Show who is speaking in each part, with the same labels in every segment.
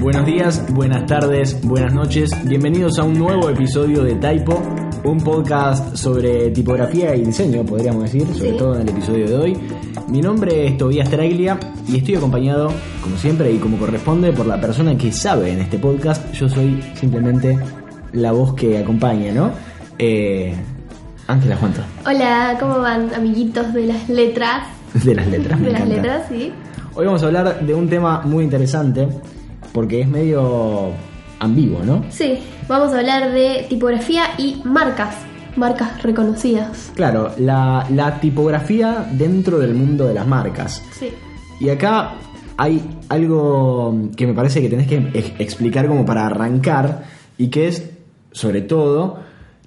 Speaker 1: buenos días, buenas tardes, buenas noches. Bienvenidos a un nuevo episodio de Taipo, un podcast sobre tipografía y diseño, podríamos decir, sobre
Speaker 2: Sí.
Speaker 1: todo en el episodio de hoy. Mi nombre es Tobias Traglia y estoy acompañado, como siempre y como corresponde, por la persona que sabe en este podcast. Yo soy simplemente la voz que acompaña, ¿no? Eh, Ángela Juanto,
Speaker 2: Hola, ¿cómo van, amiguitos de las letras?
Speaker 1: de las letras. me
Speaker 2: de las
Speaker 1: encanta.
Speaker 2: letras, sí.
Speaker 1: Hoy vamos a hablar de un tema muy interesante porque es medio ambiguo, ¿no?
Speaker 2: Sí, vamos a hablar de tipografía y marcas, marcas reconocidas.
Speaker 1: Claro, la, la tipografía dentro del mundo de las marcas.
Speaker 2: Sí.
Speaker 1: Y acá hay algo que me parece que tenés que ex- explicar como para arrancar y que es, sobre todo,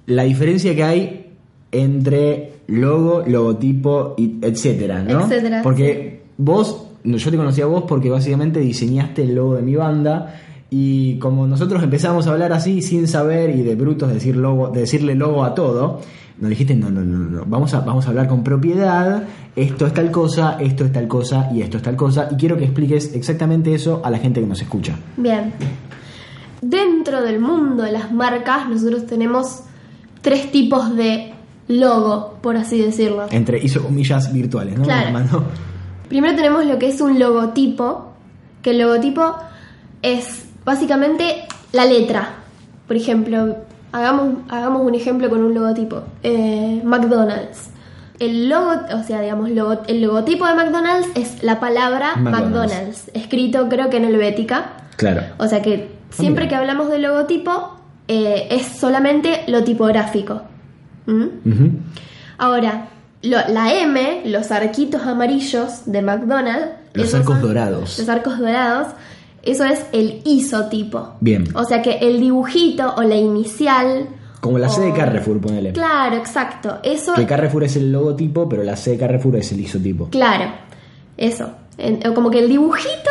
Speaker 1: la diferencia que hay entre logo, logotipo, y etcétera, ¿no?
Speaker 2: Etcétera,
Speaker 1: Porque vos, no, yo te conocí a vos porque básicamente diseñaste el logo de mi banda y como nosotros empezamos a hablar así sin saber y de brutos decir logo, de decirle logo a todo, nos dijiste no, no, no, no, vamos a, vamos a hablar con propiedad, esto es tal cosa, esto es tal cosa y esto es tal cosa y quiero que expliques exactamente eso a la gente que nos escucha.
Speaker 2: Bien. Dentro del mundo de las marcas, nosotros tenemos tres tipos de logo, por así decirlo.
Speaker 1: Entre, hizo comillas virtuales, ¿no?
Speaker 2: Claro.
Speaker 1: Armando?
Speaker 2: Primero tenemos lo que es un logotipo, que el logotipo es básicamente la letra. Por ejemplo, hagamos, hagamos un ejemplo con un logotipo. Eh, McDonald's. El logo, o sea, digamos, logo- el logotipo de McDonald's es la palabra
Speaker 1: McDonald's.
Speaker 2: McDonald's, escrito creo que en helvética.
Speaker 1: Claro.
Speaker 2: O sea que siempre
Speaker 1: mira.
Speaker 2: que hablamos de logotipo eh, es solamente lo tipográfico. ¿Mm?
Speaker 1: Ujú.
Speaker 2: Ahora, lo- la M, los arquitos amarillos de McDonald's.
Speaker 1: Los
Speaker 2: esos
Speaker 1: arcos
Speaker 2: son-
Speaker 1: dorados.
Speaker 2: Los arcos dorados. Eso es el isotipo.
Speaker 1: Bien.
Speaker 2: O sea que el dibujito o la inicial.
Speaker 1: Como la C de
Speaker 2: o-
Speaker 1: Carrefour, ponele.
Speaker 2: Claro, exacto. Eso.
Speaker 1: Que Carrefour es el logotipo, pero la C de Carrefour es el isotipo.
Speaker 2: Claro. Eso. En- como que el dibujito,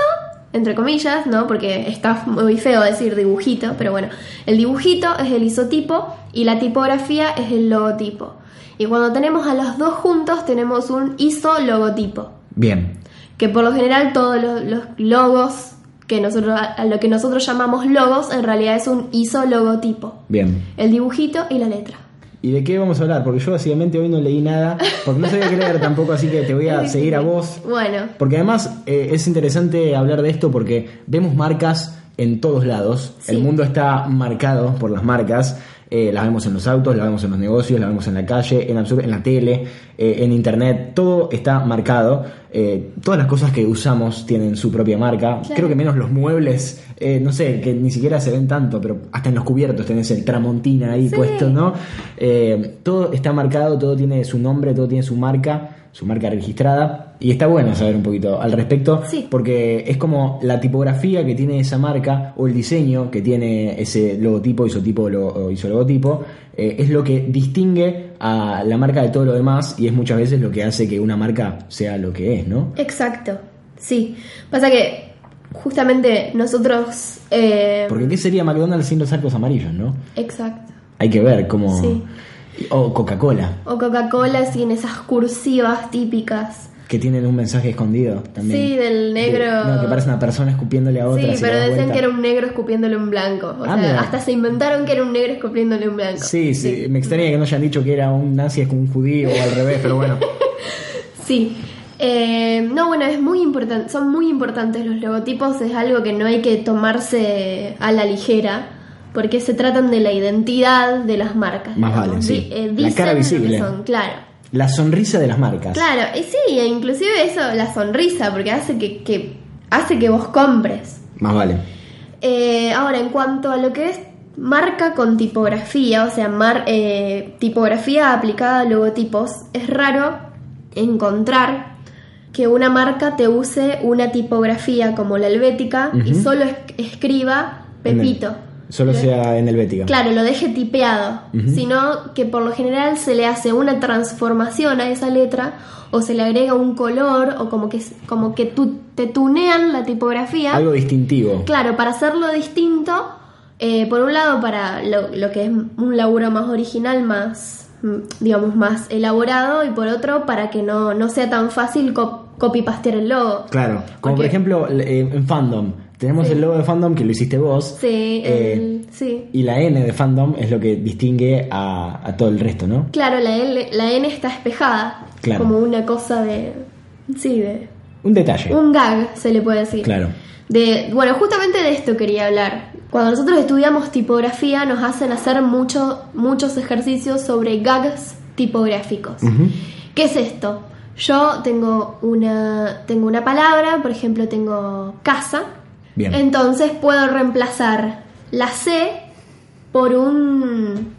Speaker 2: entre comillas, ¿no? Porque está muy feo decir dibujito, pero bueno. El dibujito es el isotipo y la tipografía es el logotipo. Y cuando tenemos a los dos juntos, tenemos un isologotipo.
Speaker 1: Bien.
Speaker 2: que por lo general todos los, los logos que nosotros a lo que nosotros llamamos logos en realidad es un isologotipo
Speaker 1: Bien.
Speaker 2: el dibujito y la letra
Speaker 1: ¿Y de qué vamos a hablar? Porque yo básicamente hoy no leí nada, porque no sabía qué leer tampoco, así que te voy a seguir a vos.
Speaker 2: bueno
Speaker 1: Porque además eh, es interesante hablar de esto porque vemos marcas en todos lados.
Speaker 2: Sí.
Speaker 1: El mundo está marcado por las marcas. Eh, las vemos en los autos, las vemos en los negocios, las vemos en la calle, en, absur- en la tele, eh, en internet. Todo está marcado. Eh, todas las cosas que usamos tienen su propia marca. Creo que menos los muebles, eh, no sé, que ni siquiera se ven tanto, pero hasta en los cubiertos tenés el Tramontina ahí puesto, ¿no? Eh, todo está marcado, todo tiene su nombre, todo tiene su marca, su marca registrada. Y está bueno saber un poquito al respecto,
Speaker 2: Sí.
Speaker 1: porque es como la tipografía que tiene esa marca o el diseño que tiene ese logotipo, isotipo lo- o isologotipo, eh, es lo que distingue a la marca de todo lo demás y es muchas veces lo que hace que una marca sea lo que es, ¿no?
Speaker 2: exacto sí pasa que justamente nosotros eh,
Speaker 1: Porque ¿qué sería McDonald's sin los arcos amarillos, no?
Speaker 2: exacto
Speaker 1: Hay que ver cómo...
Speaker 2: Sí.
Speaker 1: O Coca-Cola,
Speaker 2: o Coca-Cola sin esas cursivas típicas
Speaker 1: que tienen un mensaje escondido también.
Speaker 2: sí del negro
Speaker 1: De- no, que parece una persona escupiéndole a otra.
Speaker 2: sí
Speaker 1: si le
Speaker 2: pero
Speaker 1: das
Speaker 2: decían
Speaker 1: vuelta.
Speaker 2: que era un negro escupiéndole un blanco o
Speaker 1: Ah,
Speaker 2: sea
Speaker 1: mira.
Speaker 2: hasta se inventaron que era un negro escupiéndole un blanco
Speaker 1: Sí, sí, me extraña que no hayan dicho que era un nazi es como un judío o al revés, pero bueno.
Speaker 2: Sí. Eh, no, bueno, es muy importante, son muy importantes los logotipos, es algo que no hay que tomarse a la ligera, porque se tratan de la identidad de las marcas.
Speaker 1: Más vale,
Speaker 2: digamos.
Speaker 1: sí.
Speaker 2: Di- eh,
Speaker 1: La
Speaker 2: dicen
Speaker 1: cara
Speaker 2: lo que
Speaker 1: visible.
Speaker 2: son, claro.
Speaker 1: La sonrisa de las marcas.
Speaker 2: Claro, y sí, e inclusive eso, la sonrisa, porque hace que, que- hace que vos compres.
Speaker 1: Más vale.
Speaker 2: Eh, ahora, en cuanto a lo que es marca con tipografía, o sea, mar- eh, tipografía aplicada a logotipos, es raro encontrar que una marca te use una tipografía como la helvética y
Speaker 1: Ujú.
Speaker 2: solo es- escriba
Speaker 1: En el-
Speaker 2: Pepito.
Speaker 1: solo sea en Helvética.
Speaker 2: Claro, lo deje tipeado,
Speaker 1: Ujú.
Speaker 2: sino que por lo general se le hace una transformación a esa letra o se le agrega un color o como que, como que tu- te tunean la tipografía.
Speaker 1: Algo distintivo.
Speaker 2: Claro, para hacerlo distinto, eh, por un lado para lo, lo que es un laburo más original, más, mm, digamos, más elaborado, y por otro para que no, no sea tan fácil co- copy-pastear el logo.
Speaker 1: Claro. Como por
Speaker 2: Ok.
Speaker 1: ejemplo l- eh, en fandom. Tenemos
Speaker 2: Sí.
Speaker 1: el logo de fandom que lo hiciste vos.
Speaker 2: Sí,
Speaker 1: Eh,
Speaker 2: el- sí.
Speaker 1: Y la N de fandom es lo que distingue a, a todo el resto, ¿no?
Speaker 2: Claro, la, L- la N está espejada.
Speaker 1: Claro.
Speaker 2: Como una cosa de. Sí, de.
Speaker 1: Un detalle.
Speaker 2: Un gag, se le puede decir.
Speaker 1: Eh. Claro.
Speaker 2: De, bueno, justamente de esto quería hablar. Cuando nosotros estudiamos tipografía, nos hacen hacer mucho- muchos ejercicios sobre gags tipográficos.
Speaker 1: Ujú.
Speaker 2: ¿Qué es esto? Yo tengo una, tengo una palabra, por ejemplo, tengo casa.
Speaker 1: Bien.
Speaker 2: Entonces puedo reemplazar la C por un.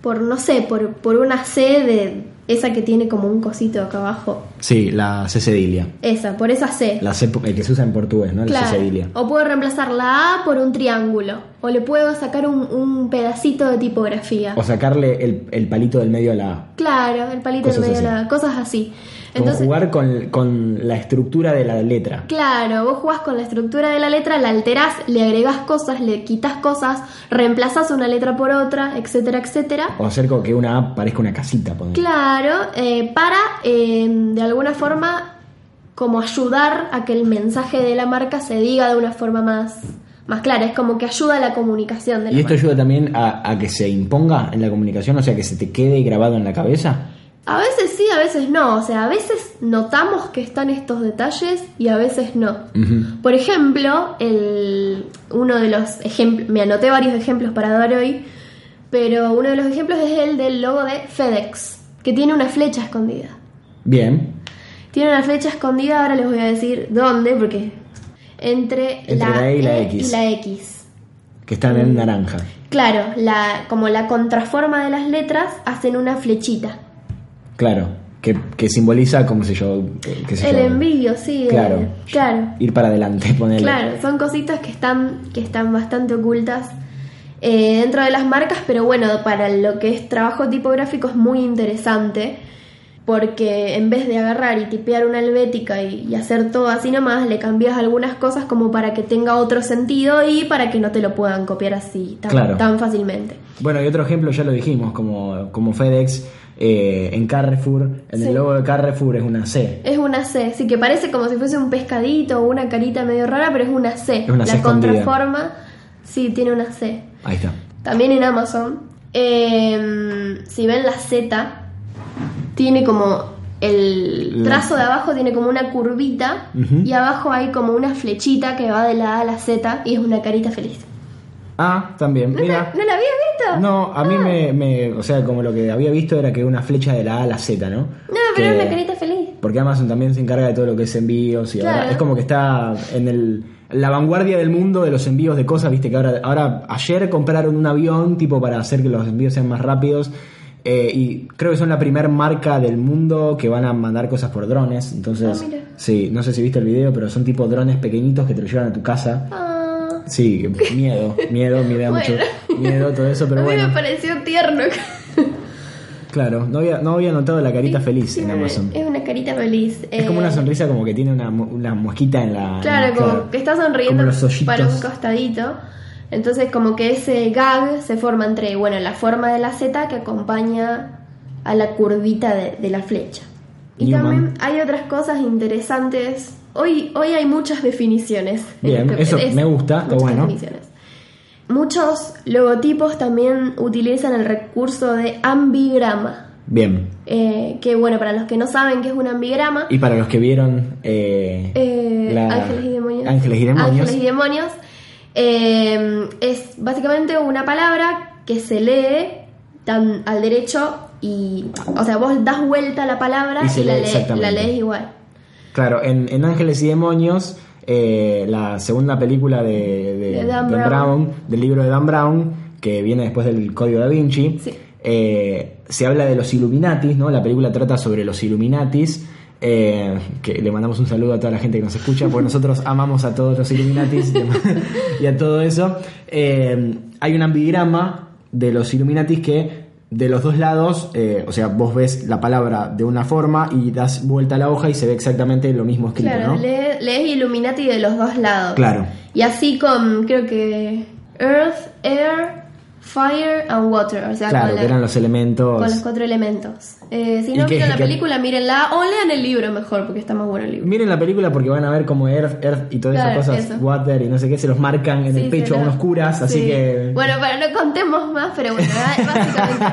Speaker 2: por no sé, por, por una C de. esa que tiene como un cosito acá abajo.
Speaker 1: Sí, la C cedilia.
Speaker 2: Esa, por esa C.
Speaker 1: La C, el que se usa en portugués, ¿no? La
Speaker 2: Claro.
Speaker 1: C cedilia.
Speaker 2: O puedo reemplazar la A por un triángulo. O le puedo sacar un, un pedacito de tipografía.
Speaker 1: O sacarle el, el palito del medio a la A.
Speaker 2: claro, el palito
Speaker 1: Cosas
Speaker 2: en medio de
Speaker 1: así.
Speaker 2: la- Cosas así.
Speaker 1: Como
Speaker 2: Entonces,
Speaker 1: jugar con, con la estructura de la letra.
Speaker 2: claro, vos jugás con la estructura de la letra, la alterás, le agregás cosas, le quitas cosas, reemplazás una letra por otra, etcétera, etcétera.
Speaker 1: O hacer como que una A parezca una casita, ponele.
Speaker 2: Claro, eh, para eh, de alguna forma como ayudar a que el mensaje de la marca se diga de una forma más, más clara. Es como que ayuda a la comunicación de la
Speaker 1: Y esto
Speaker 2: marca.
Speaker 1: ayuda también a, a que se imponga en la comunicación, o sea, que se te quede grabado en la cabeza.
Speaker 2: A veces sí, a veces no. O sea, a veces notamos que están estos detalles y a veces no.
Speaker 1: Ujú.
Speaker 2: Por ejemplo, el, uno de los ejemplos, me anoté varios ejemplos para dar hoy, pero uno de los ejemplos es el del logo de FedEx, que tiene una flecha escondida.
Speaker 1: Bien.
Speaker 2: Tiene una flecha escondida, ahora les voy a decir dónde, porque entre,
Speaker 1: Entre la E y la X.
Speaker 2: y la X.
Speaker 1: Que están
Speaker 2: Mm.
Speaker 1: en naranja.
Speaker 2: Claro, la, como la contraforma de las letras, hacen una flechita.
Speaker 1: Claro. Que, que simboliza, como sé yo, eh, qué sé
Speaker 2: El
Speaker 1: yo,
Speaker 2: envío, sí. el-
Speaker 1: Claro.
Speaker 2: claro.
Speaker 1: Ir para adelante, ponerle.
Speaker 2: Claro, son cositas que están, que están bastante ocultas eh, dentro de las marcas, pero bueno, para lo que es trabajo tipográfico es muy interesante, porque en vez de agarrar y tipear una helvética y, y hacer todo así nomás, le cambias algunas cosas como para que tenga otro sentido y para que no te lo puedan copiar así tan,
Speaker 1: Claro.
Speaker 2: tan fácilmente.
Speaker 1: Bueno, y otro ejemplo ya lo dijimos, como, como FedEx, eh, en Carrefour, en
Speaker 2: Sí.
Speaker 1: el logo de Carrefour es una C.
Speaker 2: Es una C, sí que parece como si fuese un pescadito o una carita medio rara, pero es una C.
Speaker 1: Es una
Speaker 2: la
Speaker 1: C escondida.
Speaker 2: contraforma, sí, tiene una C.
Speaker 1: Ahí está.
Speaker 2: También en Amazon. Eh, si ven la Z, tiene como el
Speaker 1: La-
Speaker 2: trazo de abajo tiene como una curvita
Speaker 1: Ujú.
Speaker 2: y abajo hay como una flechita que va de la A a la Z y es una carita feliz.
Speaker 1: Ah, también,
Speaker 2: ¿No, la-
Speaker 1: mira.
Speaker 2: ¿no la habías visto?
Speaker 1: No, a mí me, me- O sea, como lo que había visto era que una flecha de la A a la Z, ¿no?
Speaker 2: No, pero
Speaker 1: Que-
Speaker 2: es una carita feliz.
Speaker 1: Porque Amazon también se encarga de todo lo que es envíos y
Speaker 2: Claro.
Speaker 1: ahora es como que está en el, la vanguardia del mundo de los envíos de cosas, viste que ahora, ahora ayer compraron un avión tipo para hacer que los envíos sean más rápidos eh, y creo que son la primer marca del mundo que van a mandar cosas por drones, entonces
Speaker 2: Ah, mira.
Speaker 1: sí, no sé si viste el video, pero son tipo drones pequeñitos que te lo llevan a tu casa.
Speaker 2: Ah.
Speaker 1: Sí, miedo, miedo, me da
Speaker 2: Bueno.
Speaker 1: mucho miedo todo eso, pero
Speaker 2: a mí
Speaker 1: bueno,
Speaker 2: me pareció tierno.
Speaker 1: claro, no había, no había notado la carita feliz
Speaker 2: Sí,
Speaker 1: en
Speaker 2: bueno,
Speaker 1: Amazon.
Speaker 2: Es una carita feliz. eh,
Speaker 1: Es como una sonrisa como que tiene una, mu- una mosquita en la...
Speaker 2: Claro,
Speaker 1: en-
Speaker 2: como que está sonriendo
Speaker 1: Como los hoyitos.
Speaker 2: para un costadito. Entonces, como que ese gag se forma entre, bueno, la forma de la Z que acompaña a la curvita de, de la flecha. Y
Speaker 1: Newman.
Speaker 2: también hay otras cosas interesantes. Hoy, hoy hay muchas definiciones. este
Speaker 1: Bien, eso me gusta, está
Speaker 2: muchas
Speaker 1: bueno.
Speaker 2: definiciones. Muchos logotipos también utilizan el recurso de ambigrama.
Speaker 1: Bien.
Speaker 2: eh, que bueno, para los que no saben qué es un ambigrama,
Speaker 1: Y para los que vieron... eh,
Speaker 2: eh,
Speaker 1: la-
Speaker 2: Ángeles y Demonios.
Speaker 1: Ángeles y Demonios.
Speaker 2: Ángeles y Demonios. Eh, es básicamente una palabra que se lee tan al derecho y. O sea, vos das vuelta a la palabra
Speaker 1: Y
Speaker 2: y,
Speaker 1: se
Speaker 2: la,
Speaker 1: lee
Speaker 2: lees,
Speaker 1: exactamente.
Speaker 2: la lees igual.
Speaker 1: Claro, en, en Ángeles y Demonios, eh, la segunda película de, de-
Speaker 2: De Dan
Speaker 1: de
Speaker 2: Brown.
Speaker 1: del libro de Dan Brown, que viene después del Código da Vinci,
Speaker 2: Sí.
Speaker 1: eh, se habla de los Illuminatis, ¿no? La película trata sobre los Illuminatis. eh, que le mandamos un saludo a toda la gente que nos escucha, porque nosotros amamos a todos los Illuminatis y a todo eso. Eh, hay un ambigrama de los Illuminatis que de los dos lados, eh, o sea, vos ves la palabra de una forma y das vuelta a la hoja y se ve exactamente lo mismo escrito,
Speaker 2: claro,
Speaker 1: ¿no?
Speaker 2: lee- lees Illuminati de los dos lados.
Speaker 1: Claro.
Speaker 2: Y así con, creo que. Earth, Air, Fire and Water, o sea,
Speaker 1: claro,
Speaker 2: con, la-
Speaker 1: que eran los elementos.
Speaker 2: con los cuatro elementos. Eh, si
Speaker 1: ¿Y
Speaker 2: no
Speaker 1: qué-
Speaker 2: vieron la
Speaker 1: qué-
Speaker 2: película, mírenla o lean el libro mejor, porque está más bueno el libro.
Speaker 1: Miren la película porque van a ver como Earth, Earth y todas
Speaker 2: Claro,
Speaker 1: esas cosas,
Speaker 2: eso.
Speaker 1: Water y no sé qué, se los marcan en
Speaker 2: Sí,
Speaker 1: el pecho a
Speaker 2: será.
Speaker 1: unos curas, así
Speaker 2: Sí.
Speaker 1: que...
Speaker 2: Bueno, pero no contemos más, pero bueno, básicamente.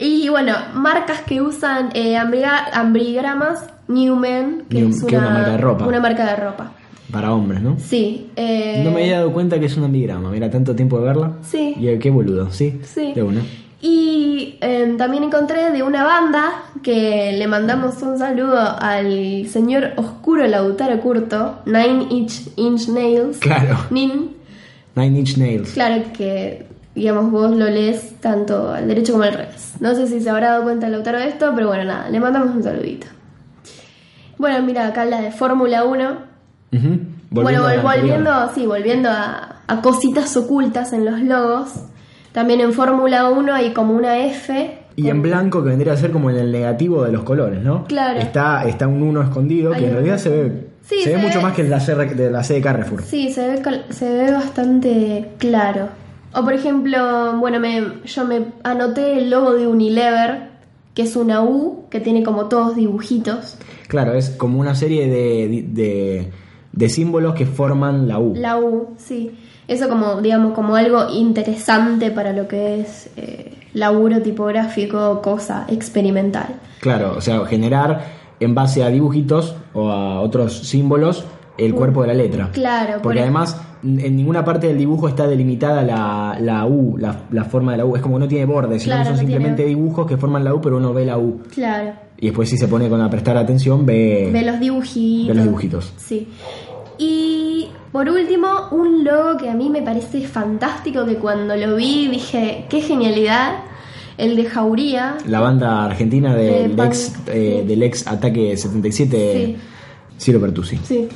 Speaker 2: Y bueno, marcas que usan eh, ambriga- ambrigramas, Newman, que
Speaker 1: Newman,
Speaker 2: es una,
Speaker 1: que es una marca de ropa.
Speaker 2: Una marca de ropa.
Speaker 1: Para hombres, ¿no?
Speaker 2: Sí. eh,
Speaker 1: No me había dado cuenta que es un ambigrama, mira, tanto tiempo de verla.
Speaker 2: Sí.
Speaker 1: Y eh, qué boludo, ¿sí?
Speaker 2: Sí.
Speaker 1: De una.
Speaker 2: Y eh, también encontré de una banda que le mandamos un saludo al señor Oscuro Lautaro Curto, Nine Inch, Inch Nails,
Speaker 1: Claro.
Speaker 2: Nin.
Speaker 1: Nine Inch Nails.
Speaker 2: Claro que, digamos, vos lo lees tanto al derecho como al revés. No sé si se habrá dado cuenta Lautaro de esto, pero bueno, nada, le mandamos un saludito. Bueno, mira, acá la de Fórmula 1.
Speaker 1: Ujú.
Speaker 2: Bueno,
Speaker 1: a la
Speaker 2: vol- volviendo,
Speaker 1: anterior.
Speaker 2: sí, volviendo a, a cositas ocultas en los logos. También en Fórmula 1 hay como una F.
Speaker 1: Y en blanco que vendría a ser como en el negativo de los colores, ¿no?
Speaker 2: Claro.
Speaker 1: Está, está un uno escondido
Speaker 2: Hay
Speaker 1: que en
Speaker 2: un-
Speaker 1: realidad se ve,
Speaker 2: Sí,
Speaker 1: se ve
Speaker 2: se
Speaker 1: mucho
Speaker 2: ve.
Speaker 1: más que el de la C de, la C de Carrefour.
Speaker 2: Sí, se ve, col- se ve bastante claro. O por ejemplo, bueno, me, yo me anoté el logo de Unilever, que es una U, que tiene como todos dibujitos.
Speaker 1: Claro, es como una serie de, de, de símbolos que forman la U.
Speaker 2: La U, sí. Eso como, digamos, como algo interesante para lo que es eh, laburo tipográfico, cosa experimental.
Speaker 1: Claro, o sea, generar en base a dibujitos o a otros símbolos el cuerpo de la letra.
Speaker 2: Claro, por e-
Speaker 1: Porque
Speaker 2: ej-
Speaker 1: además n- en ninguna parte del dibujo está delimitada la, la U, la, la forma de la U. Es como que no tiene bordes, sino
Speaker 2: Claro,
Speaker 1: que son
Speaker 2: no tiene-
Speaker 1: simplemente dibujos que forman la U, pero uno ve la U.
Speaker 2: Claro.
Speaker 1: Y después si se pone con a prestar atención, ve,
Speaker 2: Ve los dibujitos.
Speaker 1: ve los dibujitos.
Speaker 2: Sí. Y por último, un logo que a mí me parece fantástico, que cuando lo vi dije, qué genialidad, el de Jauría.
Speaker 1: La banda argentina del,
Speaker 2: pan-
Speaker 1: ex, eh, del ex Ataque 77,
Speaker 2: Sí.
Speaker 1: Ciro Pertusi.
Speaker 2: Sí,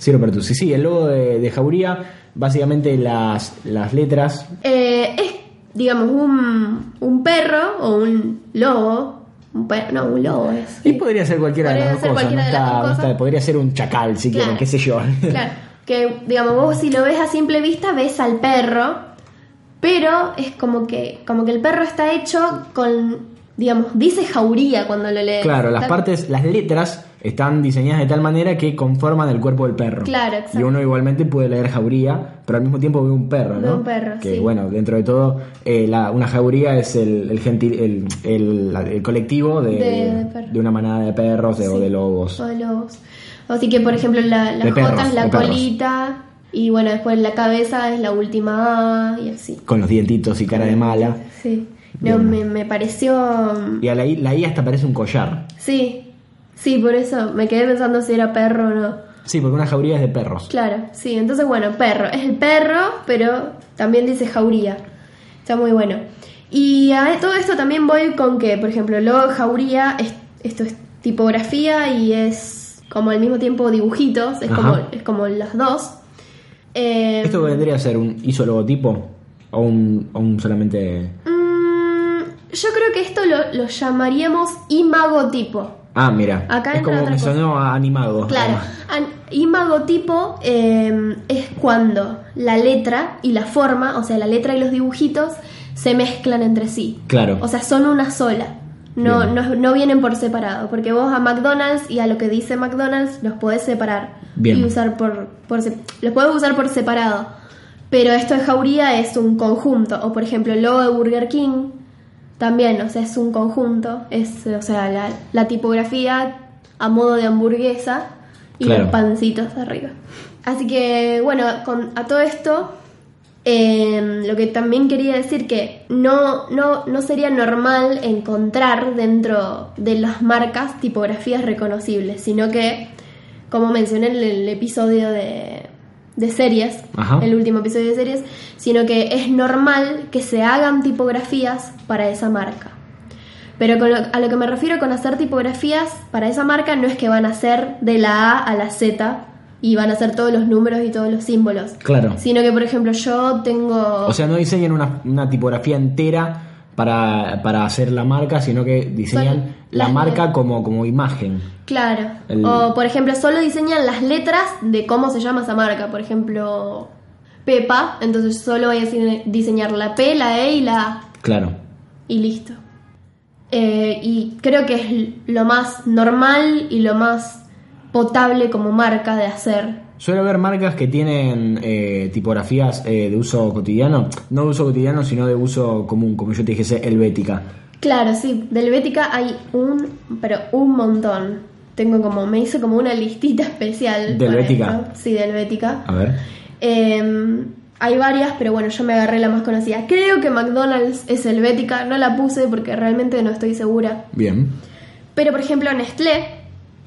Speaker 1: Ciro Pertusi, sí, el logo de, de Jauría, básicamente las, las letras,
Speaker 2: Eh, es, digamos, un, un perro o un lobo. Un per- no, un lobo es.
Speaker 1: y
Speaker 2: sí.
Speaker 1: podría ser cualquiera de
Speaker 2: Eh,
Speaker 1: las
Speaker 2: Podría
Speaker 1: dos
Speaker 2: ser
Speaker 1: cosas, no
Speaker 2: cualquiera de las
Speaker 1: está-
Speaker 2: dos
Speaker 1: no está-
Speaker 2: cosas.
Speaker 1: podría ser un chacal, si
Speaker 2: Claro.
Speaker 1: quieren, qué sé yo.
Speaker 2: Claro, que digamos, vos si lo ves a simple vista ves al perro, pero es como que, como que el perro está hecho con, digamos, dice jauría cuando lo lees.
Speaker 1: Claro, las
Speaker 2: Está-
Speaker 1: partes, las letras están diseñadas de tal manera que conforman el cuerpo del perro.
Speaker 2: Claro, exacto.
Speaker 1: Y uno igualmente puede leer jauría, pero al mismo tiempo ve un perro,
Speaker 2: Ve
Speaker 1: ¿no?
Speaker 2: un perro,
Speaker 1: Que
Speaker 2: sí.
Speaker 1: bueno, dentro de todo, eh, la- una jauría es el, el gentil, el, el- la- el colectivo de,
Speaker 2: De- de perros.
Speaker 1: una manada de perros de- o
Speaker 2: Sí.
Speaker 1: de lobos.
Speaker 2: O de lobos. Así que, por ejemplo, la, la
Speaker 1: De perros,
Speaker 2: jota es la
Speaker 1: de perros.
Speaker 2: colita y bueno, después la cabeza es la última A y así.
Speaker 1: Con los dientitos y cara de mala.
Speaker 2: Sí. No, me, me pareció...
Speaker 1: Y a la I, la I hasta parece un collar.
Speaker 2: Sí, sí, por eso me quedé pensando si era perro o no.
Speaker 1: Sí, porque una jauría es de perros.
Speaker 2: Claro, sí, entonces bueno, perro, es el perro, pero también dice jauría. Está muy bueno. Y a todo esto también voy con que, por ejemplo, lo jauría, es- esto es tipografía y es como al mismo tiempo dibujitos, es,
Speaker 1: Ajá.
Speaker 2: como, es como las dos. Eh,
Speaker 1: ¿Esto vendría a ser un hizo logotipo? ¿O un, o un solamente.?
Speaker 2: mm, yo creo que esto lo, lo llamaríamos imagotipo.
Speaker 1: Ah, mira.
Speaker 2: Acá
Speaker 1: es
Speaker 2: entra
Speaker 1: como
Speaker 2: otra
Speaker 1: me
Speaker 2: cosa.
Speaker 1: sonó a animado.
Speaker 2: Claro,
Speaker 1: además.
Speaker 2: an- imagotipo eh, es cuando la letra y la forma, o sea, la letra y los dibujitos, se mezclan entre sí.
Speaker 1: Claro.
Speaker 2: O sea, son una sola. No,
Speaker 1: Bien.
Speaker 2: no, no vienen por separado, porque vos a McDonald's y a lo que dice McDonald's los podés separar
Speaker 1: Bien.
Speaker 2: y usar por, por se- los podés usar por separado. Pero esto de jauría es un conjunto, o por ejemplo, el logo de Burger King también, o sea, es un conjunto, es o sea, la, la tipografía a modo de hamburguesa y
Speaker 1: Claro.
Speaker 2: los pancitos arriba. Así que, bueno, con, a todo esto eh, lo que también quería decir que no, no, no sería normal encontrar dentro de las marcas tipografías reconocibles, sino que, como mencioné en el episodio de, de series,
Speaker 1: Ajá.
Speaker 2: el último episodio de series, sino que es normal que se hagan tipografías para esa marca. Pero con lo- a lo que me refiero con hacer tipografías para esa marca no es que van a ser de la A a la Z y van a ser todos los números y todos los símbolos,
Speaker 1: Claro.
Speaker 2: Sino que, por ejemplo, yo tengo.
Speaker 1: O sea, no diseñan una, una tipografía entera para, para hacer la marca, sino que diseñan
Speaker 2: Son
Speaker 1: la
Speaker 2: las
Speaker 1: marca
Speaker 2: letras.
Speaker 1: como, como imagen.
Speaker 2: claro.
Speaker 1: el-
Speaker 2: O, por ejemplo, solo diseñan las letras de cómo se llama esa marca. Por ejemplo, Pepa, entonces solo voy a dise- diseñar la P, la E y la A.
Speaker 1: Claro.
Speaker 2: Y listo. Eh, y creo que es l- lo más normal y lo más potable como marca de hacer.
Speaker 1: Suele haber marcas que tienen eh, tipografías eh, de uso cotidiano, no de uso cotidiano, sino de uso común, como yo te dijese, helvética.
Speaker 2: Claro, sí, de Helvética hay un, pero un montón. Tengo como, me hice como una listita especial.
Speaker 1: ¿De
Speaker 2: para
Speaker 1: Helvética?
Speaker 2: esto. Sí, de Helvética.
Speaker 1: A ver.
Speaker 2: Eh, hay varias, pero bueno, yo me agarré la más conocida. Creo que McDonald's es Helvética, no la puse porque realmente no estoy segura.
Speaker 1: Bien.
Speaker 2: Pero por ejemplo, Nestlé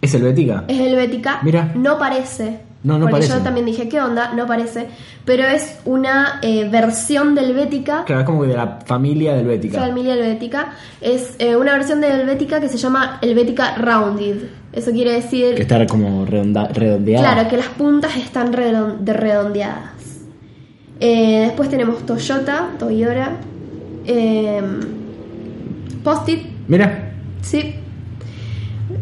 Speaker 1: ¿Es helvética?
Speaker 2: es Helvética.
Speaker 1: Mira.
Speaker 2: No parece.
Speaker 1: No, no
Speaker 2: porque
Speaker 1: parece.
Speaker 2: yo también dije, ¿qué onda? No parece. Pero es una eh, versión de Helvética.
Speaker 1: Claro, es como que de la familia de helvética.
Speaker 2: Familia Helvética es eh, una versión de Helvética que se llama Helvética Rounded. Eso quiere decir
Speaker 1: Que está como redonda- redondeada.
Speaker 2: Claro, que las puntas están redon- de redondeadas. Eh, después tenemos Toyota, Toyota, eh, Post-it,
Speaker 1: Mira.
Speaker 2: sí,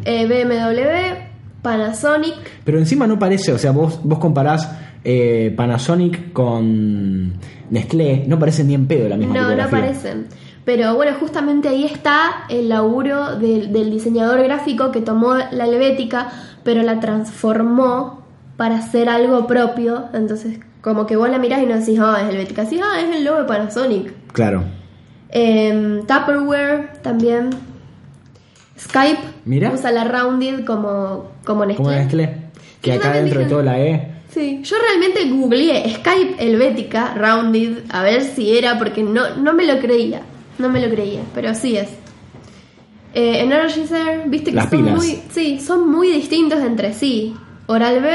Speaker 2: eh, BMW, Panasonic.
Speaker 1: Pero encima no parece, o sea, vos, vos comparás eh, Panasonic con Nestlé, no parece ni en pedo la misma
Speaker 2: No, no
Speaker 1: tipografía.
Speaker 2: parecen. Pero bueno, justamente ahí está el laburo del, del diseñador gráfico que tomó la helvética, pero la transformó para hacer algo propio. Entonces, como que vos la mirás y no decís, ah, es helvética. Sí, ah, es el logo de Panasonic.
Speaker 1: Claro.
Speaker 2: Em, Tupperware también. Skype
Speaker 1: Mirá.
Speaker 2: usa la rounded como, como Nestlé.
Speaker 1: Como Nestlé. Que
Speaker 2: Yo
Speaker 1: acá
Speaker 2: también
Speaker 1: dentro de
Speaker 2: dije-
Speaker 1: todo la
Speaker 2: Eh,
Speaker 1: E.
Speaker 2: Sí, yo realmente googleé Skype helvética rounded a ver si era porque no, no me lo creía. No me lo creía, pero sí es. Eh, Energizer, viste que
Speaker 1: Las
Speaker 2: son
Speaker 1: pilas.
Speaker 2: muy sí, son muy distintos entre sí. Oral B,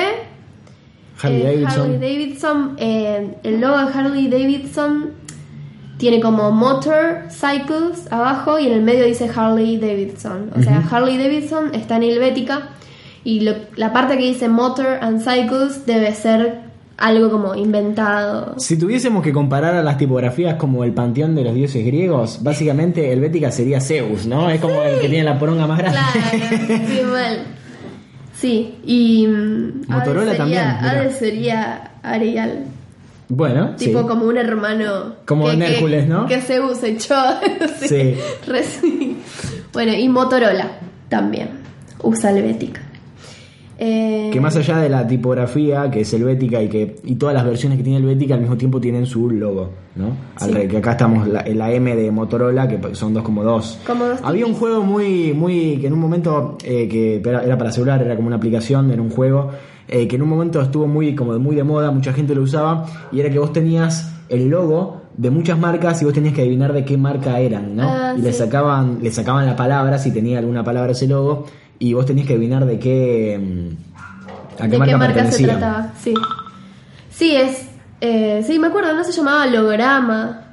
Speaker 1: Harley
Speaker 2: eh,
Speaker 1: Davidson.
Speaker 2: Harley Davidson, eh, el logo de Harley Davidson tiene como Motor Cycles abajo y en el medio dice Harley Davidson. O sea, Harley Davidson está en Helvética y lo- la parte que dice Motor and Cycles debe ser algo como inventado.
Speaker 1: Si tuviésemos que comparar a las tipografías como el panteón de los dioses griegos, básicamente Helvética sería Zeus, ¿no? Es como el que tiene la poronga más grande.
Speaker 2: Claro, sí, mal. Sí, y. mm, Ade
Speaker 1: Motorola
Speaker 2: sería-
Speaker 1: también, mirá.
Speaker 2: Ade sería Arial.
Speaker 1: Bueno,
Speaker 2: Tipo
Speaker 1: sí.
Speaker 2: como un hermano.
Speaker 1: Como en Hércules, ¿no?
Speaker 2: Que Zeus echó.
Speaker 1: Sí.
Speaker 2: Re sí. Bueno, y Motorola también. Usa Helvética. Eh,
Speaker 1: que más allá de la tipografía que es helvética y que y todas las versiones que tiene helvética al mismo tiempo tienen su logo, ¿no? Al
Speaker 2: Sí.
Speaker 1: re- que acá estamos la, la M de Motorola que pa- son dos como dos.
Speaker 2: Como dos
Speaker 1: Había un juego muy muy que en un momento eh, que era, era para celular era como una aplicación era un juego eh, que en un momento estuvo muy como de- muy de moda mucha gente lo usaba y era que vos tenías el logo de muchas marcas y vos tenías que adivinar de qué marca eran, ¿no?
Speaker 2: Ah,
Speaker 1: y le
Speaker 2: sí.
Speaker 1: sacaban le sacaban la palabra si tenía alguna palabra ese logo y vos tenías que adivinar de qué mm, ¿A qué
Speaker 2: ¿De
Speaker 1: marca,
Speaker 2: qué marca se
Speaker 1: pertenecía?
Speaker 2: trataba? Sí. Sí, es. eh, sí, me acuerdo, no se llamaba Lograma.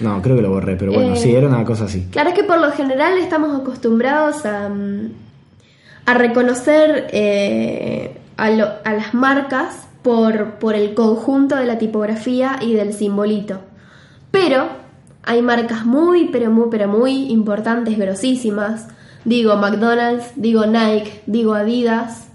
Speaker 1: No, creo que lo borré, pero bueno,
Speaker 2: Eh.
Speaker 1: sí, era una cosa así.
Speaker 2: Claro, es que por lo general estamos acostumbrados a, mm, a reconocer eh, a, lo- a las marcas por, por el conjunto de la tipografía y del simbolito. Pero hay marcas muy, pero muy, pero muy importantes, grosísimas. Digo McDonald's, digo Nike, digo Adidas,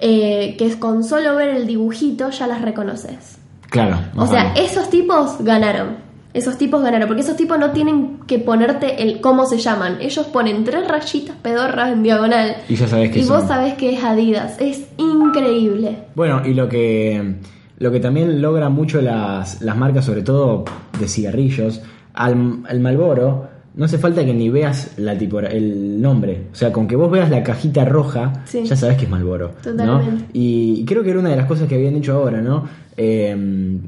Speaker 2: eh, que es con solo ver el dibujito ya las reconoces.
Speaker 1: Claro.
Speaker 2: O
Speaker 1: más
Speaker 2: sea,
Speaker 1: vale.
Speaker 2: esos tipos ganaron. Esos tipos ganaron. Porque esos tipos no tienen que ponerte el cómo se llaman. Ellos ponen tres rayitas pedorras en diagonal.
Speaker 1: Y ya sabés que
Speaker 2: Y vos
Speaker 1: son.
Speaker 2: sabés que es Adidas. Es increíble.
Speaker 1: Bueno, y lo que, lo que también logran mucho las, las marcas, sobre todo de cigarrillos, al, al Malboro, no hace falta que ni veas la tipo, el nombre. O sea, con que vos veas la cajita roja,
Speaker 2: Sí.
Speaker 1: ya sabés que es Malboro.
Speaker 2: Totalmente.
Speaker 1: Y creo que era una de las cosas que habían dicho ahora, ¿no? Eh,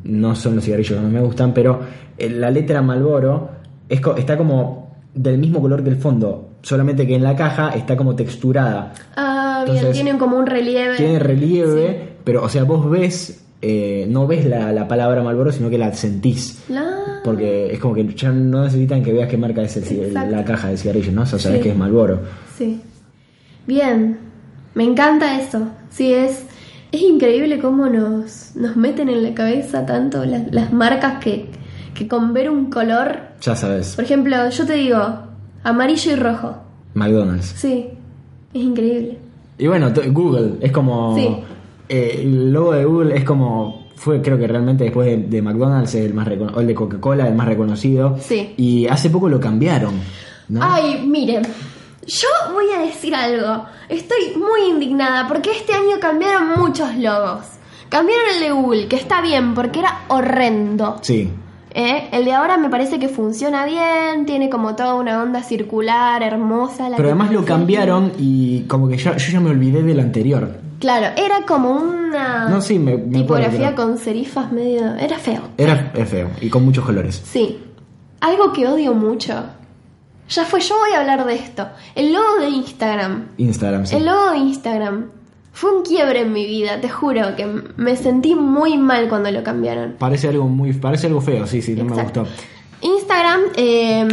Speaker 1: no son los cigarrillos que no me gustan, pero eh, la letra Malboro es co- está como del mismo color que el fondo, solamente que en la caja está como texturada.
Speaker 2: Ah, bien.
Speaker 1: Entonces,
Speaker 2: tienen como un relieve.
Speaker 1: Tiene relieve, pero, o sea, vos ves, eh, no ves la, la palabra Malboro, sino que la sentís.
Speaker 2: La-
Speaker 1: Porque es como que ya no necesitan que veas qué marca es el ci- el- la
Speaker 2: Exacto.
Speaker 1: caja de cigarrillos, ¿no? O sea, sabés
Speaker 2: Sí.
Speaker 1: que es Malboro.
Speaker 2: Sí. Bien. Me encanta eso. Sí, es. Es increíble cómo nos, nos meten en la cabeza tanto las, las marcas que, que con ver un color.
Speaker 1: Ya sabes,
Speaker 2: Por ejemplo, yo te digo amarillo y rojo.
Speaker 1: McDonald's.
Speaker 2: Sí, es increíble.
Speaker 1: Y bueno, t- Google es como.
Speaker 2: Sí.
Speaker 1: eh, el logo de Google es como fue creo que realmente después de, de McDonald's el más recono- o el de Coca-Cola el más reconocido
Speaker 2: Sí.
Speaker 1: y hace poco lo cambiaron ¿no?
Speaker 2: Ay, miren, yo voy a decir algo. Estoy muy indignada porque este año cambiaron muchos logos. Cambiaron el de Google, que está bien porque era horrendo.
Speaker 1: sí
Speaker 2: ¿eh? El de ahora me parece que funciona bien, tiene como toda una onda circular, hermosa. La
Speaker 1: pero
Speaker 2: que
Speaker 1: además lo
Speaker 2: tiene.
Speaker 1: cambiaron y como que ya, yo ya me olvidé del anterior
Speaker 2: Claro, era como una
Speaker 1: No, sí, me- me acuerdo,
Speaker 2: tipografía
Speaker 1: pero-
Speaker 2: con serifas medio... Era feo.
Speaker 1: era es feo y con muchos colores
Speaker 2: Sí, algo que odio mucho. Ya fue, yo voy a hablar de esto. El logo de Instagram.
Speaker 1: Instagram sí
Speaker 2: El logo de Instagram fue un quiebre en mi vida, te juro que m- me sentí muy mal cuando lo cambiaron.
Speaker 1: parece algo muy parece algo feo sí sí no
Speaker 2: Exacto.
Speaker 1: me gustó
Speaker 2: Instagram, eh,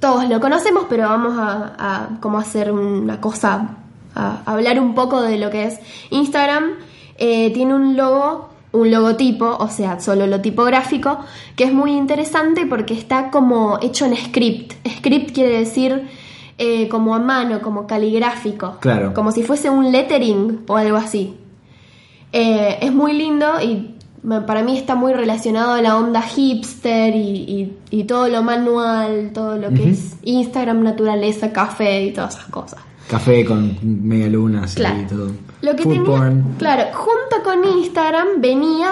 Speaker 2: todos lo conocemos, pero vamos a, a como hacer una cosa, a hablar un poco de lo que es Instagram. Eh, tiene un logo, un logotipo, o sea, solo lo tipográfico, que es muy interesante porque está como hecho en script. Script quiere decir eh, como a mano, como caligráfico.
Speaker 1: Claro.
Speaker 2: Como si fuese un lettering o algo así. Eh, es muy lindo y me- para mí está muy relacionado a la onda hipster y, y- y todo lo manual, todo lo que
Speaker 1: Ujú.
Speaker 2: es Instagram, naturaleza, café y todas esas cosas.
Speaker 1: café con media luna sí,
Speaker 2: Claro.
Speaker 1: y todo
Speaker 2: Lo que
Speaker 1: Food
Speaker 2: tenía,
Speaker 1: porn.
Speaker 2: claro, junto con Instagram venía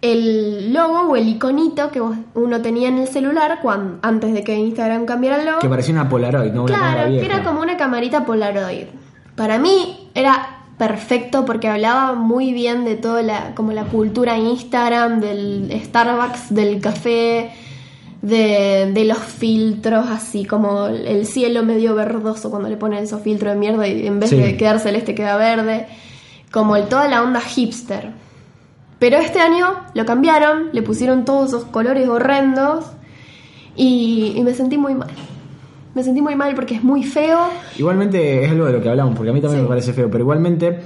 Speaker 2: el logo o el iconito que vos- uno tenía en el celular cuando, antes de que Instagram cambiara el logo.
Speaker 1: que parecía una Polaroid no una cámara
Speaker 2: Claro, que
Speaker 1: vieja
Speaker 2: era como una camarita Polaroid. Para mí era perfecto porque hablaba muy bien de toda la, como la cultura Instagram, del Starbucks, del café, de, de los filtros, así como el cielo medio verdoso cuando le ponen esos filtros de mierda y en vez
Speaker 1: Sí.
Speaker 2: de quedar celeste queda verde, como el- toda la onda hipster. Pero este año lo cambiaron, le pusieron todos esos colores horrendos y, y me sentí muy mal. Me sentí muy mal porque es muy feo.
Speaker 1: Igualmente es algo de lo que hablamos, porque a mí también
Speaker 2: Sí.
Speaker 1: me parece feo, pero igualmente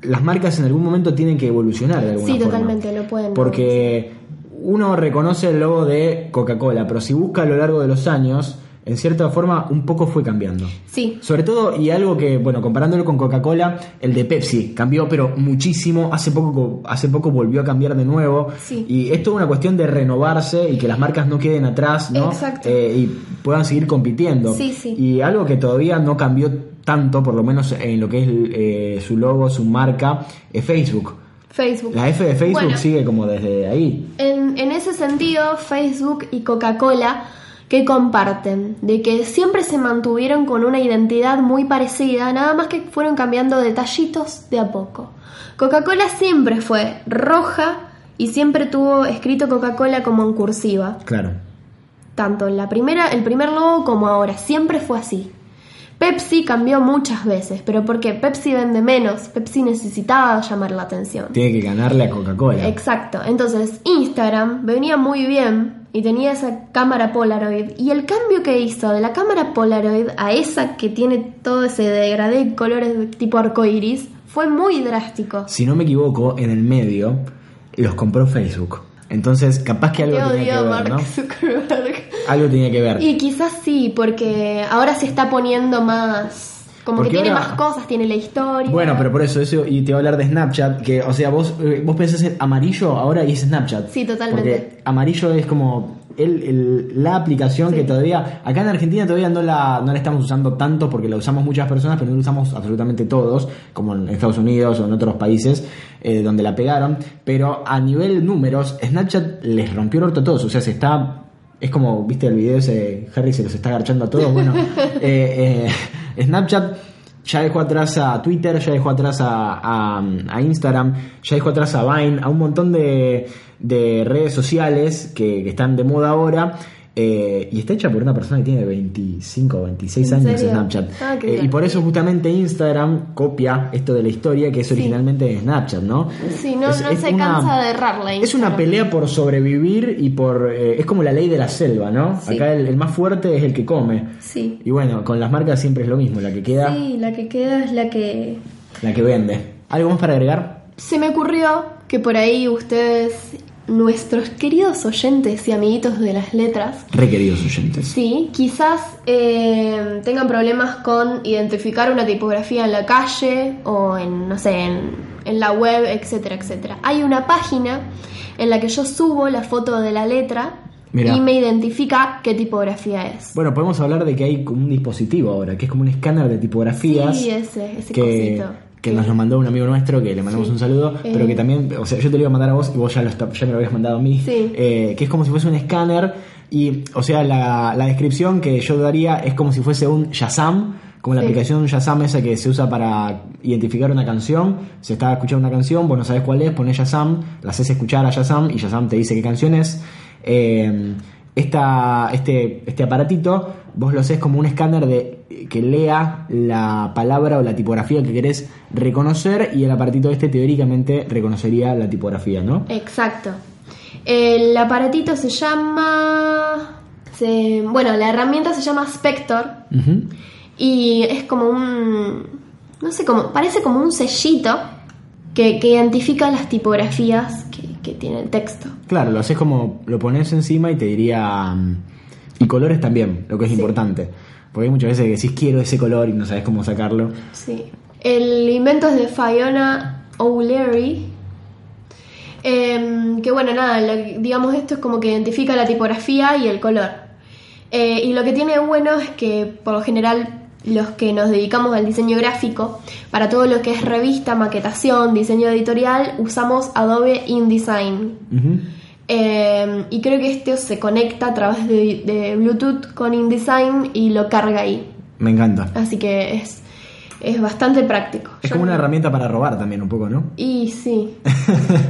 Speaker 1: las marcas en algún momento tienen que evolucionar de alguna
Speaker 2: Sí,
Speaker 1: forma.
Speaker 2: totalmente, lo pueden.
Speaker 1: Porque uno reconoce el logo de Coca-Cola, pero si busca a lo largo de los años, en cierta forma un poco fue cambiando.
Speaker 2: Sí,
Speaker 1: Sobre todo, y algo que, bueno, comparándolo con Coca-Cola, el de Pepsi cambió, pero muchísimo. Hace poco, hace poco volvió a cambiar de nuevo.
Speaker 2: Sí.
Speaker 1: Y es toda una cuestión de renovarse y que las marcas no queden atrás, ¿no?
Speaker 2: Exacto.
Speaker 1: Eh, y puedan seguir compitiendo.
Speaker 2: Sí, sí.
Speaker 1: Y algo que todavía no cambió tanto, por lo menos en lo que es eh, su logo, su marca, es Facebook.
Speaker 2: Facebook.
Speaker 1: La F de Facebook
Speaker 2: Bueno.
Speaker 1: sigue como desde ahí.
Speaker 2: En, en ese sentido, Facebook y Coca-Cola que comparten, de que siempre se mantuvieron con una identidad muy parecida, nada más que fueron cambiando detallitos de a poco. Coca-Cola siempre fue roja y siempre tuvo escrito Coca-Cola como en cursiva.
Speaker 1: Claro.
Speaker 2: tanto en la primera, el primer logo como ahora, siempre fue así. Pepsi cambió muchas veces, pero porque Pepsi vende menos, Pepsi necesitaba llamar la atención.
Speaker 1: Tiene que ganarle a Coca-Cola.
Speaker 2: Exacto, entonces Instagram venía muy bien y tenía esa cámara Polaroid y el cambio que hizo de la cámara Polaroid a esa que tiene todo ese degradé de colores de tipo arcoiris fue muy drástico.
Speaker 1: si no me equivoco, en el medio los compró Facebook. Entonces, capaz que algo
Speaker 2: Te
Speaker 1: tenía
Speaker 2: odio
Speaker 1: que ver,
Speaker 2: Mark
Speaker 1: ¿no?
Speaker 2: Zuckerberg.
Speaker 1: Algo tenía que ver.
Speaker 2: Y quizás sí, porque ahora se está poniendo más. Como
Speaker 1: Porque
Speaker 2: que tiene
Speaker 1: ahora-
Speaker 2: más cosas, tiene la historia.
Speaker 1: Bueno, pero por eso, eso, y te voy a hablar de Snapchat, que, o sea, vos, eh, vos pensás en amarillo ahora y es Snapchat.
Speaker 2: Sí, totalmente.
Speaker 1: Porque amarillo es como el- el- la aplicación
Speaker 2: Sí.
Speaker 1: que todavía, acá en Argentina todavía no la, no la estamos usando tanto porque la usamos muchas personas, pero no la usamos absolutamente todos, como en Estados Unidos o en otros países eh, donde la pegaron. Pero a nivel números, Snapchat les rompió el orto a todos, o sea, se está... Es como, viste el video ese, Harry se los está agarchando a todos. Bueno, eh, eh, Snapchat ya dejó atrás a Twitter, ya dejó atrás a, a- a Instagram, ya dejó atrás a Vine, a un montón de, de redes sociales que, que están de moda ahora. eh, y está hecha por una persona que tiene 25 o 26
Speaker 2: ¿En
Speaker 1: años
Speaker 2: serio?
Speaker 1: Snapchat.
Speaker 2: Ah,
Speaker 1: Eh, y
Speaker 2: qué divertido.
Speaker 1: por eso justamente Instagram copia esto de la historia que es originalmente de Snapchat, ¿no?
Speaker 2: Sí, no,
Speaker 1: Es-
Speaker 2: no
Speaker 1: es
Speaker 2: se
Speaker 1: una-
Speaker 2: cansa de errarla.
Speaker 1: es una pelea por sobrevivir y por... eh, es como la ley de la selva, ¿no?
Speaker 2: Sí.
Speaker 1: Acá el, el más fuerte es el que come.
Speaker 2: Sí.
Speaker 1: Y bueno, con las marcas siempre es lo mismo, la que queda
Speaker 2: Sí, la que queda es la que.
Speaker 1: La que vende. ¿Algo más para agregar?
Speaker 2: Se me ocurrió que por ahí ustedes nuestros queridos oyentes y amiguitos de las letras,
Speaker 1: Requeridos oyentes.
Speaker 2: sí, quizás eh, tengan problemas con identificar una tipografía en la calle o en, no sé, en, en la web, etcétera, etcétera. Hay una página en la que yo subo la foto de la letra
Speaker 1: Mirá.
Speaker 2: y me identifica qué tipografía es.
Speaker 1: Bueno, podemos hablar de que hay como un dispositivo ahora, que es como un escáner de tipografías.
Speaker 2: Sí, ese, ese
Speaker 1: que,
Speaker 2: cosito. Eh.
Speaker 1: que nos lo mandó un amigo nuestro, que le mandamos un saludo, pero que también, o sea, yo te lo iba a mandar a vos y vos ya, lo, está- ya me lo habías mandado a mí,
Speaker 2: Sí.
Speaker 1: eh, que es como si fuese un escáner y, o sea, la, la descripción que yo daría es como si fuese un Shazam, como la
Speaker 2: Sí.
Speaker 1: aplicación Shazam esa que se usa para identificar una canción, se está escuchando una canción, vos no sabés cuál es, ponés Shazam, la haces escuchar a Shazam y Shazam te dice qué canción es. Eh, esta, este, este aparatito, vos lo haces como un escáner de que lea la palabra o la tipografía que querés reconocer y el aparatito este teóricamente reconocería la tipografía, ¿no?
Speaker 2: Exacto. El aparatito se llama. se- bueno, la herramienta se llama Spector
Speaker 1: Ujú.
Speaker 2: y es como un. No sé cómo. Parece como un sellito que, que identifica las tipografías que, que tiene el texto.
Speaker 1: Claro, lo haces como lo pones encima y te diría. mm, Y colores también, lo que es importante. Porque hay muchas veces que decís quiero ese color y no sabes cómo sacarlo.
Speaker 2: Sí. El invento es de Fiona O'Leary. Em, que bueno, nada, lo- digamos esto es como que identifica la tipografía y el color. Eh, y lo que tiene bueno es que por lo general los que nos dedicamos al diseño gráfico, para todo lo que es revista, maquetación, diseño editorial, usamos Adobe InDesign.
Speaker 1: Ujú.
Speaker 2: Em, y creo que este se conecta a través de- de Bluetooth con InDesign y lo carga ahí.
Speaker 1: Me encanta.
Speaker 2: Así que es, es bastante práctico.
Speaker 1: Es
Speaker 2: Yo
Speaker 1: como una
Speaker 2: no-
Speaker 1: herramienta para robar también, un poco, ¿no?
Speaker 2: Y sí.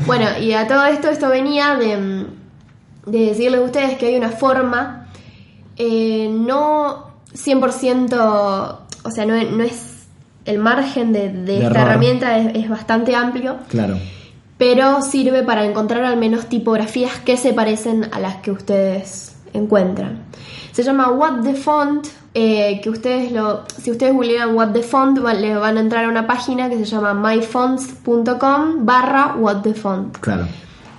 Speaker 2: bueno, y a todo esto, esto venía de, mm, de decirles a ustedes que hay una forma, eh, no 100%, o sea, no, no es el margen de, de
Speaker 1: De
Speaker 2: esta
Speaker 1: error.
Speaker 2: herramienta es, es bastante amplio,
Speaker 1: Claro.
Speaker 2: pero sirve para encontrar al menos tipografías que se parecen a las que ustedes encuentran. Se llama What the Font, eh, que ustedes lo, si ustedes googlean What the Font, va- le van a entrar a una página que se llama myfonts.com barra What the Font.
Speaker 1: Claro.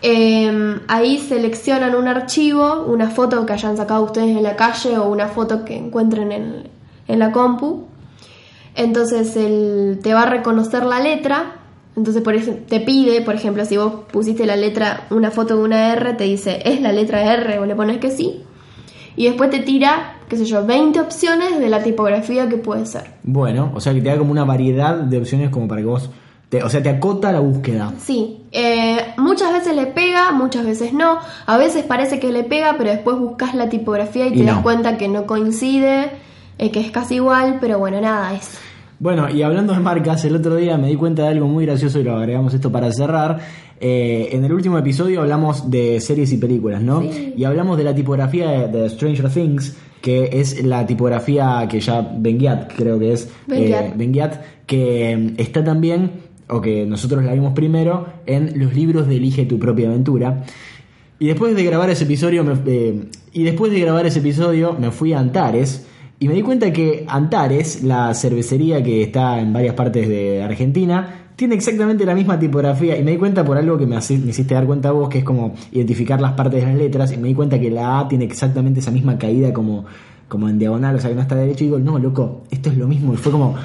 Speaker 2: Eh, ahí seleccionan un archivo, una foto que hayan sacado ustedes en la calle o una foto que encuentren en, en la compu. Entonces él te va a reconocer la letra. Entonces por eso te pide, por ejemplo, si vos pusiste la letra, una foto de una R, te dice, ¿es la letra R? O le pones que sí. Y después te tira, qué sé yo, 20 opciones de la tipografía que puede ser.
Speaker 1: Bueno, o sea que te da como una variedad de opciones como para que vos. Te, o sea, te acota la búsqueda.
Speaker 2: Sí, eh, muchas veces le pega, muchas veces no. A veces parece que le pega, pero después buscas la tipografía y te
Speaker 1: Y
Speaker 2: das
Speaker 1: no.
Speaker 2: cuenta que no coincide, eh, que es casi igual, pero bueno, nada, es.
Speaker 1: Bueno, y hablando de marcas, el otro día me di cuenta de algo muy gracioso y lo agregamos esto para cerrar. Eh, en el último episodio hablamos de series y películas, ¿no? Y hablamos de la tipografía de, de Stranger Things, que es la tipografía que ya Benguiat creo que es.
Speaker 2: Ben Giat.
Speaker 1: eh, Ben Giat, que mm, está también, o que nosotros la vimos primero, en los libros de Elige tu propia aventura. Y después de grabar ese episodio, me- eh, y después de grabar ese episodio, me fui a Antares y me di cuenta que Antares, la cervecería que está en varias partes de Argentina, tiene exactamente la misma tipografía. Y me di cuenta por algo que me, hace- me hiciste dar cuenta vos, que es como identificar las partes de las letras. Y me di cuenta que la A tiene exactamente esa misma caída como, como en diagonal, o sea que no está derecho. Y digo, no, loco, esto es lo mismo. Y fue como,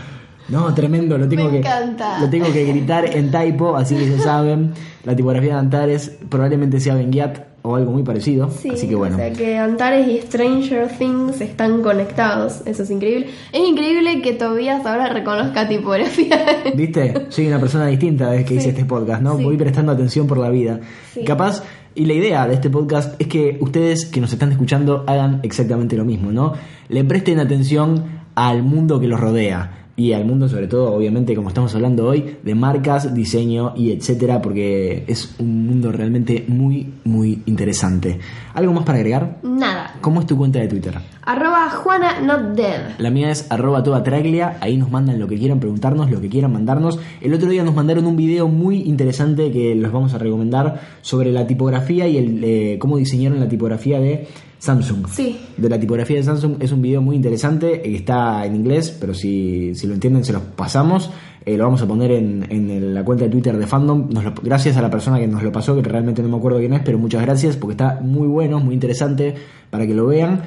Speaker 1: no, tremendo, lo tengo
Speaker 2: Me
Speaker 1: que.
Speaker 2: encanta.
Speaker 1: lo tengo tengo que gritar en typo, así que ya saben, la tipografía de Antares probablemente sea Benguiat o algo muy parecido. así que bueno.
Speaker 2: O sea que Antares y Stranger Things están conectados, eso es increíble. Es increíble que Tobias ahora reconozca tipografía.
Speaker 1: ¿Viste? Soy una persona distinta desde que hice este podcast, ¿no?
Speaker 2: Sí.
Speaker 1: Voy prestando atención por la vida.
Speaker 2: Sí.
Speaker 1: Capaz, y la idea de este podcast es que ustedes que nos están escuchando hagan exactamente lo mismo, ¿no? Le presten atención al mundo que los rodea. Y al mundo, sobre todo, obviamente, como estamos hablando hoy, de marcas, diseño y etcétera, porque es un mundo realmente muy, muy interesante. ¿Algo más para agregar?
Speaker 2: Nada.
Speaker 1: ¿Cómo es tu cuenta de Twitter?
Speaker 2: Arroba Juana Not Dead.
Speaker 1: La mía es arroba toda traglia, ahí nos mandan lo que quieran preguntarnos, lo que quieran mandarnos. El otro día nos mandaron un video muy interesante que los vamos a recomendar sobre la tipografía y el, eh, cómo diseñaron la tipografía de Samsung.
Speaker 2: Sí.
Speaker 1: De la tipografía de Samsung es un video muy interesante, eh, está en inglés, pero si, si lo entienden se los pasamos. eh, lo vamos a poner en, en el- la cuenta de Twitter de Fandom. Nos lo- gracias a la persona que nos lo pasó, que realmente no me acuerdo quién es, pero muchas gracias porque está muy bueno, muy interesante para que lo vean.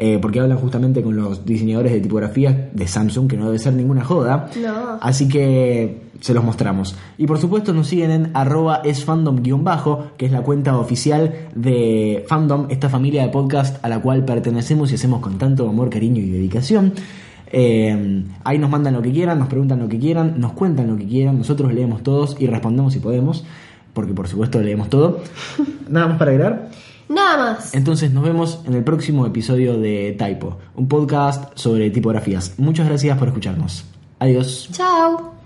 Speaker 1: eh, porque hablan justamente con los diseñadores de tipografías de Samsung, que no debe ser ninguna joda.
Speaker 2: No.
Speaker 1: Así que se los mostramos. Y por supuesto nos siguen en arroba esfandom-bajo, que es la cuenta oficial de Fandom, esta familia de podcast a la cual pertenecemos y hacemos con tanto amor, cariño y dedicación. Eh, ahí nos mandan lo que quieran, nos preguntan lo que quieran, nos cuentan lo que quieran, nosotros leemos todos y respondemos si podemos, porque por supuesto leemos todo. Nada más para agregar.
Speaker 2: Nada más.
Speaker 1: Entonces nos vemos en el próximo episodio de Typo, un podcast sobre tipografías. Muchas gracias por escucharnos. Adiós.
Speaker 2: Chao.